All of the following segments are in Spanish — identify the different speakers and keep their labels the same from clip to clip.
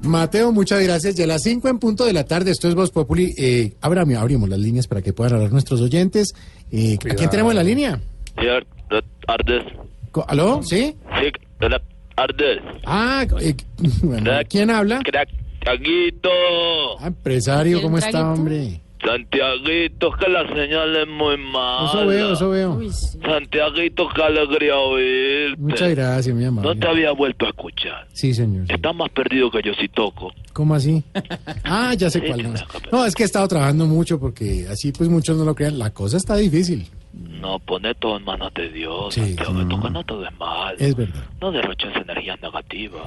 Speaker 1: Mateo, muchas gracias. Ya a las 5 en punto de la tarde, esto es Voz Populi. Eh, ábrame- abrimos las líneas para que puedan hablar nuestros oyentes. Eh, ¿A quién tenemos en la línea?
Speaker 2: Sí, ar- ar- Ardes.
Speaker 1: Co- ¿Aló? ¿Sí?
Speaker 2: Sí, hola, Ardes.
Speaker 1: Ah, eh, bueno, ¿quién habla?
Speaker 2: Crack, Tiaguito.
Speaker 1: Ah, empresario, ¿cómo está, hombre?
Speaker 2: Santiaguito, que la señal es muy mala.
Speaker 1: Eso veo, eso veo.
Speaker 2: Santiaguito, que alegría oírte.
Speaker 1: Muchas gracias, mi
Speaker 2: No te
Speaker 1: amable.
Speaker 2: había vuelto a escuchar.
Speaker 1: Sí, señor. sí.
Speaker 2: Estás más perdido que yo si toco.
Speaker 1: ¿Cómo así? Ah, ya sé cuál no es. No, es que he estado trabajando mucho porque así pues muchos no lo crean. La cosa está difícil.
Speaker 2: No, pone todo en manos de Dios,
Speaker 1: Sí,
Speaker 2: Santiaguito, que no todo es mal.
Speaker 1: Es verdad.
Speaker 2: No derroches energías negativas.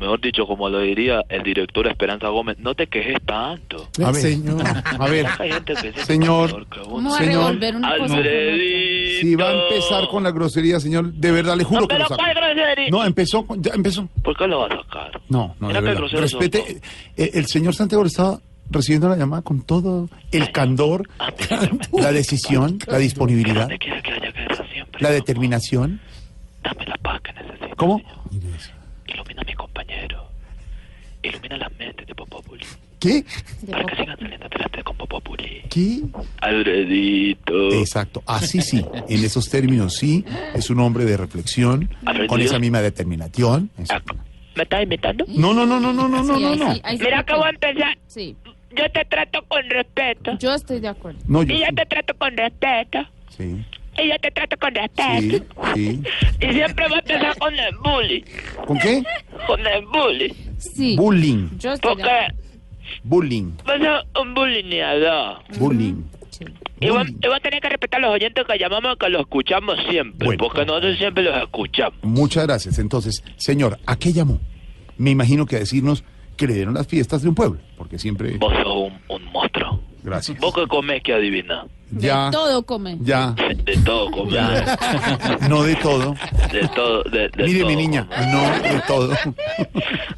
Speaker 2: Mejor dicho, como lo diría el director Esperanza Gómez, no te quejes tanto.
Speaker 1: A ver. Señor.
Speaker 3: A ver,
Speaker 2: Hay gente que se
Speaker 3: Señor.
Speaker 2: peor que uno.
Speaker 4: Vamos a
Speaker 3: Señor,
Speaker 4: revolver una cosa.
Speaker 2: Alfredito.
Speaker 3: si va a empezar con la grosería, señor, de verdad le juro
Speaker 2: No,
Speaker 3: que lo
Speaker 2: pero
Speaker 3: saco.
Speaker 2: ¿cuál grosería?
Speaker 3: No, empezó, con- ya empezó.
Speaker 2: ¿Por qué lo va a sacar?
Speaker 3: No, no,
Speaker 2: Mira
Speaker 3: de
Speaker 2: qué
Speaker 3: verdad.
Speaker 2: groseros son
Speaker 3: Respete,
Speaker 2: todos.
Speaker 3: eh, el señor Santiago le estaba recibiendo la llamada con todo el candor,
Speaker 2: Ah, mira, tremendo.
Speaker 3: la decisión, la disponibilidad,
Speaker 2: ¿Dónde quiere que haya guerra siempre?
Speaker 3: la
Speaker 2: No,
Speaker 3: determinación.
Speaker 2: Dame la paz que necesito.
Speaker 3: ¿Cómo?
Speaker 2: señor. Ilumina a mis compañeros. Ilumina las mentes de Popopuli.
Speaker 3: ¿Qué?
Speaker 2: Para que sigan saliendo adelante con Popopuli.
Speaker 3: ¿Qué?
Speaker 2: Alfredito.
Speaker 3: Exacto, así sí, en esos términos sí, es un hombre de reflexión, con esa misma determinación.
Speaker 2: Ah, ¿Me estás imitando?
Speaker 3: No, no, no, no, no, no, no,
Speaker 4: Sí,
Speaker 3: no,
Speaker 4: ahí
Speaker 3: no.
Speaker 4: sí, ahí sí
Speaker 2: Mira
Speaker 4: te-
Speaker 2: cómo empezar.
Speaker 4: Sí,
Speaker 2: Yo te trato con respeto.
Speaker 4: yo estoy de acuerdo.
Speaker 3: No, yo
Speaker 2: Y yo te trato con respeto.
Speaker 3: sí,
Speaker 2: Y yo te trato con respeto.
Speaker 3: sí, sí.
Speaker 2: Y siempre voy a empezar con el bully.
Speaker 3: ¿Con qué?
Speaker 2: Con el bully.
Speaker 4: Sí,
Speaker 3: Bullying,
Speaker 4: yo estoy de
Speaker 2: Porque
Speaker 4: acuerdo.
Speaker 3: bullying,
Speaker 2: vas a ser un bulineador.
Speaker 3: bullying.
Speaker 2: Y vos, y vos tenés que respetar a los oyentes que llamamos que los escuchamos siempre.
Speaker 3: Bueno.
Speaker 2: Porque nosotros siempre los escuchamos.
Speaker 3: Muchas gracias. Entonces, señor, ¿a qué llamó? Me imagino que a decirnos que le dieron las fiestas de un pueblo, porque siempre...
Speaker 2: Vos sos un, un monstruo.
Speaker 3: Gracias.
Speaker 2: Vos que comés que adivinas.
Speaker 3: Ya,
Speaker 4: Todo come.
Speaker 3: ya,
Speaker 2: De todo comés.
Speaker 3: no de todo.
Speaker 2: De todo. De, de
Speaker 3: Mire,
Speaker 2: todo
Speaker 3: mi niña,
Speaker 2: comés.
Speaker 3: no de todo.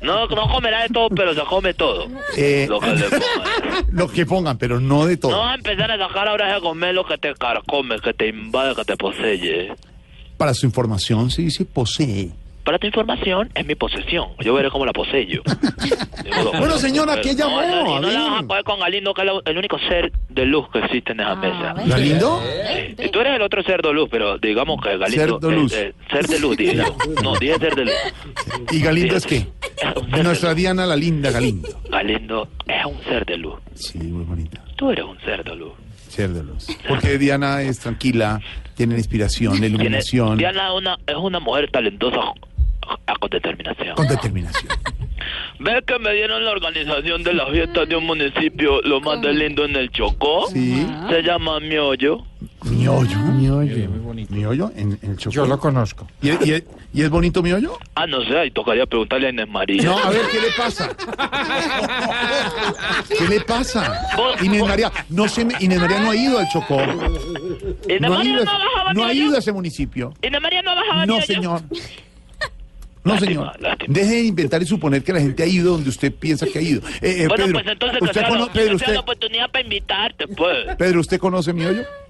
Speaker 2: No, no comerá de todo, pero se come todo.
Speaker 3: Eh, Oh.
Speaker 2: Lo que le comas.
Speaker 3: Lo que pongan, pero no de
Speaker 2: No
Speaker 3: todo.
Speaker 2: vas a empezar a sacar ahora a comer lo que te carcome, que te invade, que te posee. eh.
Speaker 3: Para su información se dice posee.
Speaker 2: Para tu información, es mi posesión. Yo veré cómo la poseyo.
Speaker 3: Bueno, señora, ¿a qué llamó?
Speaker 2: No, no, y no
Speaker 3: A ver.
Speaker 2: la vas a coger con Galindo, que es la- el único ser de luz que existe en esa mesa.
Speaker 4: ver.
Speaker 3: ¿Galindo?
Speaker 2: Y tú eres el otro ser de luz, pero digamos que Galindo...
Speaker 3: Ser de
Speaker 2: eh,
Speaker 3: luz.
Speaker 2: eh, ser de luz, dije yo. No, dije ser de luz.
Speaker 3: ¿Y Galindo es qué? Nuestra Diana la linda Galindo.
Speaker 2: Galindo es un ser de luz.
Speaker 3: Sí, muy bonita.
Speaker 2: Tú eres un ser de luz.
Speaker 3: Ser de luz. Porque Diana es tranquila, tiene la inspiración, la
Speaker 2: Tiene-
Speaker 3: iluminación,
Speaker 2: Diana es una, es una mujer talentosa a- con determinación.
Speaker 3: con determinación.
Speaker 2: ¿Ves que me dieron la organización de las fiestas de un municipio lo más de lindo en el Chocó?
Speaker 3: Sí.
Speaker 2: Se llama Miollo.
Speaker 3: Mi hoyo.
Speaker 1: Mi oye.
Speaker 3: Mi hoyo en, en el Chocó.
Speaker 5: Yo lo conozco.
Speaker 3: ¿Y, es- y es- y es bonito mi hoyo?
Speaker 2: Ah, no sé, ahí tocaría preguntarle a Inés María.
Speaker 3: No, a ver, ¿qué le pasa? ¿Qué le pasa? Inés María, no se me- Inés María no ha ido al Chocó.
Speaker 2: Inés
Speaker 3: No ha
Speaker 2: María
Speaker 3: ido,
Speaker 2: no bajaba
Speaker 3: no ha
Speaker 2: Miollo.
Speaker 3: ido a ese municipio.
Speaker 2: Inés María no bajaba
Speaker 3: No,
Speaker 2: Miollo.
Speaker 3: señor. No,
Speaker 2: Lástima,
Speaker 3: señor.
Speaker 2: lástima.
Speaker 3: Deje de inventar y suponer que la gente ha ido donde usted piensa que ha ido. Eh, eh,
Speaker 2: Bueno,
Speaker 3: Pedro,
Speaker 2: pues entonces pues que
Speaker 3: usted
Speaker 2: sea, la-
Speaker 3: cono- Pedro,
Speaker 2: que sea
Speaker 3: usted,
Speaker 2: la oportunidad para invitarte, pues.
Speaker 3: Pedro, ¿usted conoce mi hoyo?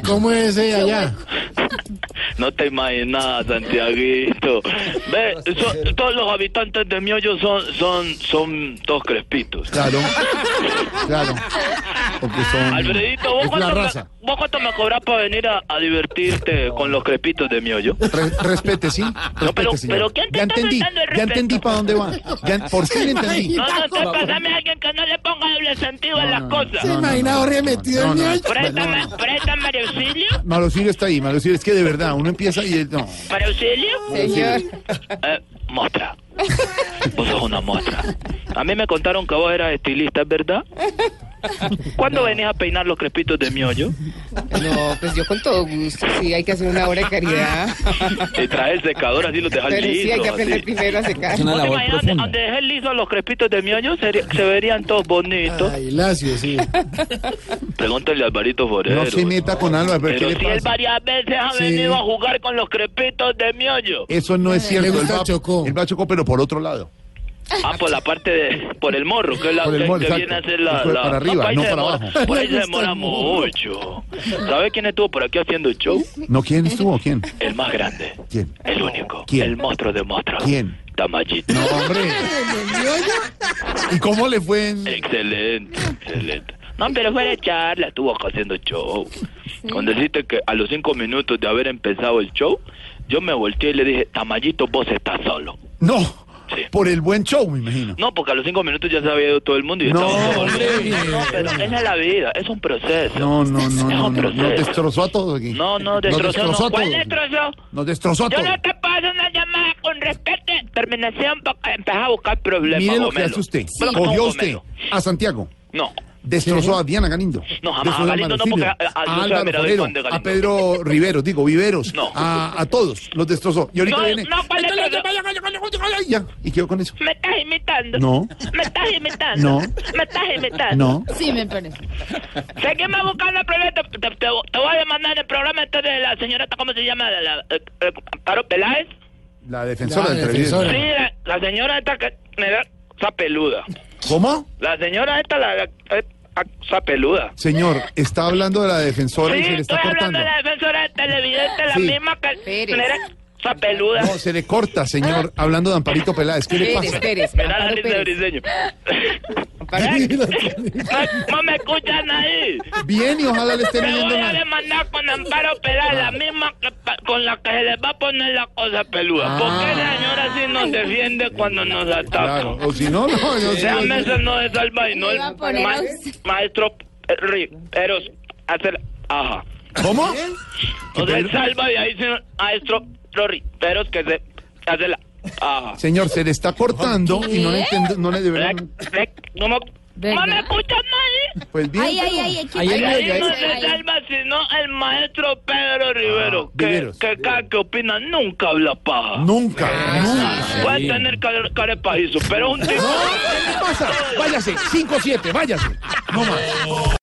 Speaker 1: cómo es eh, allá?
Speaker 2: No te imaginas, Santiaguito. Ve, son- todos los habitantes de Miollo son, son, son todos crespitos.
Speaker 3: Claro, claro. Porque son.
Speaker 2: Alfredito, ¿vos
Speaker 3: es la
Speaker 2: cuánto, me,
Speaker 3: raza.
Speaker 2: ¿vos cuánto me cobrás para venir a, a divertirte con los crepitos de mi hoyo?
Speaker 3: Re- respete, sí.
Speaker 2: No, pero-
Speaker 3: respete, señor.
Speaker 2: pero ¿quién te
Speaker 3: ya
Speaker 2: está
Speaker 3: entendí,
Speaker 2: faltando el
Speaker 3: ya
Speaker 2: respeto?
Speaker 3: entendí para dónde va. Ya, por fin entendí.
Speaker 2: No, no, te pasame a alguien que no le ponga doble sentido a las cosas.
Speaker 1: Se imagina Jorge metido en mi hoyo.
Speaker 2: Préstame, préstame, María Auxilio.
Speaker 3: Malocilio está ahí, Malocilio, es que de verdad, uno empieza y él, no.
Speaker 2: María Auxilio. Eh, mostra. Vos sos una mostra. A mí me contaron que vos eras estilista, ¿es verdad? ¿Cuándo venís a peinar los crepitos de mi hoyo?
Speaker 6: No, pues yo con todo gusto, sí, hay que hacer una obra de caridad.
Speaker 2: Y traes el secador así, los dejas
Speaker 6: Pero
Speaker 2: listos.
Speaker 6: sí, hay que aprender
Speaker 2: así.
Speaker 6: primero a secar.
Speaker 2: ¿Vos te imaginas donde- donde dejé lisos los crepitos de mi hoyo? Se, se verían todos bonitos.
Speaker 1: Ay, Lacio, sí.
Speaker 2: Pregúntale a Alvarito Forero.
Speaker 3: No se meta con Álvaro, pero ¿qué
Speaker 2: Pero
Speaker 3: le
Speaker 2: si él
Speaker 3: pasa?
Speaker 2: varias veces ha
Speaker 1: Sí.
Speaker 2: venido a jugar con los crepitos de mi hoyo.
Speaker 3: Eso no es cierto.
Speaker 1: Le gusta
Speaker 3: él va-
Speaker 1: Chocó.
Speaker 3: Él va a Chocó, pero por otro lado.
Speaker 2: Ah, por la parte de. Por el morro, que es la
Speaker 3: Por el
Speaker 2: que-
Speaker 3: morro,
Speaker 2: que,
Speaker 3: exacto.
Speaker 2: viene a hacer la.
Speaker 3: Por-
Speaker 2: la-
Speaker 3: para arriba,
Speaker 2: ahí
Speaker 3: no
Speaker 2: se
Speaker 3: para
Speaker 2: demora-
Speaker 3: abajo.
Speaker 2: Por ahí se
Speaker 1: Me gusta el
Speaker 2: demora
Speaker 1: morro.
Speaker 2: mucho. ¿Sabes quién estuvo por aquí haciendo show?
Speaker 3: ¿No quién estuvo? ¿Quién?
Speaker 2: El más grande.
Speaker 3: ¿Quién?
Speaker 2: El único.
Speaker 3: ¿Quién?
Speaker 2: El monstruo de monstruos.
Speaker 3: ¿Quién?
Speaker 2: Tamayito.
Speaker 3: No, hombre. ¿Y cómo le fue en.?
Speaker 2: Excelente, excelente. No, pero fuera de charla, estuvo acá haciendo show. Cuando dijiste que a los cinco minutos de haber empezado el show, yo me volteé y le dije, Tamayito, vos estás solo.
Speaker 3: No,
Speaker 2: Sí.
Speaker 3: por el buen show, me imagino.
Speaker 2: No, porque a los cinco minutos ya se había ido todo el mundo y yo
Speaker 3: No,
Speaker 2: estaba solo.
Speaker 3: hombre.
Speaker 2: No, pero esa es la vida, es un proceso.
Speaker 3: No, no, no,
Speaker 2: Es
Speaker 3: no,
Speaker 2: un
Speaker 3: no,
Speaker 2: proceso.
Speaker 3: nos destrozó a todos aquí.
Speaker 2: No, no, destrozó.
Speaker 3: Nos destrozó
Speaker 2: no.
Speaker 3: a
Speaker 2: ¿Cuál
Speaker 3: todos.
Speaker 2: destrozó?
Speaker 3: Nos destrozó a
Speaker 2: Yo
Speaker 3: todos.
Speaker 2: no te paso una llamada con respeto y determinación porque empezás a buscar problemas.
Speaker 3: Mire lo que
Speaker 2: Gomelo.
Speaker 3: hace usted.
Speaker 2: Pero ¿cómo,
Speaker 3: Cogió usted
Speaker 2: Gomelo?
Speaker 3: a Santiago.
Speaker 2: No.
Speaker 3: Destrozó a Diana Galindo.
Speaker 2: No, jamás,
Speaker 3: destrozó
Speaker 2: a Galindo no,
Speaker 3: Marcilio,
Speaker 2: porque a- a- yo
Speaker 3: a
Speaker 2: soy
Speaker 3: Álvaro
Speaker 2: admirador
Speaker 3: Forero,
Speaker 2: fan de
Speaker 3: a
Speaker 2: Galindo.
Speaker 3: Pedro Rivero, digo, Viveros.
Speaker 2: No.
Speaker 3: A, a todos los destrozó. Y ahorita
Speaker 2: No,
Speaker 3: viene.
Speaker 2: no, ¿cuál
Speaker 3: "Ay,
Speaker 2: destrozó?
Speaker 3: ay, ay, ay, ay, ay", ya, y quedó con eso.
Speaker 2: ¿Me estás imitando?
Speaker 3: No.
Speaker 2: ¿Me estás imitando?
Speaker 3: No.
Speaker 2: ¿Me estás imitando?
Speaker 3: No.
Speaker 4: Sí, me parece.
Speaker 2: Seguimos buscando problemas. Te, te, te- te voy a demandar el programa este de la señorita, ¿cómo se llama? La, la- eh, eh, ¿Amparo Peláez?
Speaker 3: La defensora
Speaker 1: La
Speaker 3: del televidente.
Speaker 2: Sí,
Speaker 1: defensora.
Speaker 2: la, la señora esta que me da esa peluda.
Speaker 3: ¿Cómo?
Speaker 2: La señora esta, la, la- eh, esa peluda.
Speaker 3: Señor, está hablando de la defensora
Speaker 2: Sí,
Speaker 3: y se le
Speaker 2: estoy
Speaker 3: está
Speaker 2: hablando
Speaker 3: cortando.
Speaker 2: de la defensora del televidente, la
Speaker 3: Sí.
Speaker 2: misma que
Speaker 6: Pérez.
Speaker 2: me da esa peluda.
Speaker 3: No, se le corta, señor, hablando de Amparito Peláez. ¿Qué le
Speaker 6: Pérez,
Speaker 3: pasa?
Speaker 6: Pérez,
Speaker 2: Me da la
Speaker 6: Amparo
Speaker 2: risa de
Speaker 6: Pérez.
Speaker 2: briseño.
Speaker 1: Sí,
Speaker 2: No, no me escuchan ahí.
Speaker 3: Bien, y ojalá le estén
Speaker 2: Me
Speaker 3: oyendo
Speaker 2: voy a
Speaker 3: mal.
Speaker 2: demandar con Amparo Peláez, la misma que pa- con la que se les va a poner la cosa peluda. ¿Por qué la señora sí nos defiende cuando nos ataca?
Speaker 3: Ah. Claro, o si no, no, yo sí.
Speaker 2: Déjame eso no de salva y no el
Speaker 7: va a poner
Speaker 2: ma-
Speaker 7: a usted.
Speaker 2: maestro eh, Ri- Eros hacer ajá.
Speaker 3: ¿Cómo?
Speaker 2: O sea, el salva y ahí se maestro Rory Eros que se hace la Ah, ajá.
Speaker 3: Señor, se le está cortando y no le, entiendo, no le
Speaker 2: Ve-
Speaker 3: deberían...
Speaker 2: ve- No me, no me escuchas nadie.
Speaker 3: Pues bien,
Speaker 7: Ay, ay, ay, ay, ¿quién- ay,
Speaker 2: Ahí
Speaker 7: ay,
Speaker 2: no
Speaker 7: ay,
Speaker 2: se
Speaker 7: ay.
Speaker 2: salva sino el maestro Pedro Rivero, que,
Speaker 3: Viveros,
Speaker 2: que cada que opina nunca habla paja.
Speaker 3: nunca, nunca.
Speaker 2: Puede tener cara, cara de pajizo, pero es un tipo...
Speaker 3: ¿Qué le pasa? Váyase, 5-7, váyase. No más.